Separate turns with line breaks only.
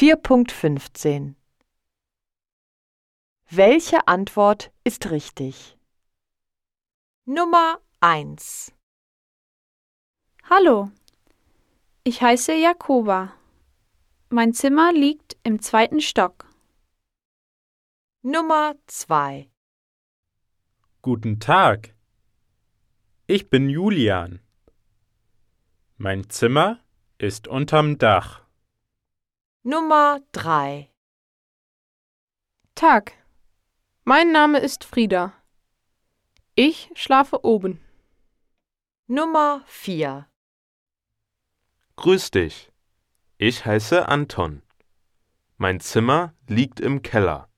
4.15 Welche Antwort ist richtig? Nummer 1
Hallo, ich heiße Jakoba. Mein Zimmer liegt im zweiten Stock.
Nummer 2
Guten Tag. Ich bin Julian. Mein Zimmer ist unterm Dach.
Nummer 3
Tag. Mein Name ist Frieda. Ich schlafe oben.
Nummer 4
Grüß dich. Ich heiße Anton. Mein Zimmer liegt im Keller.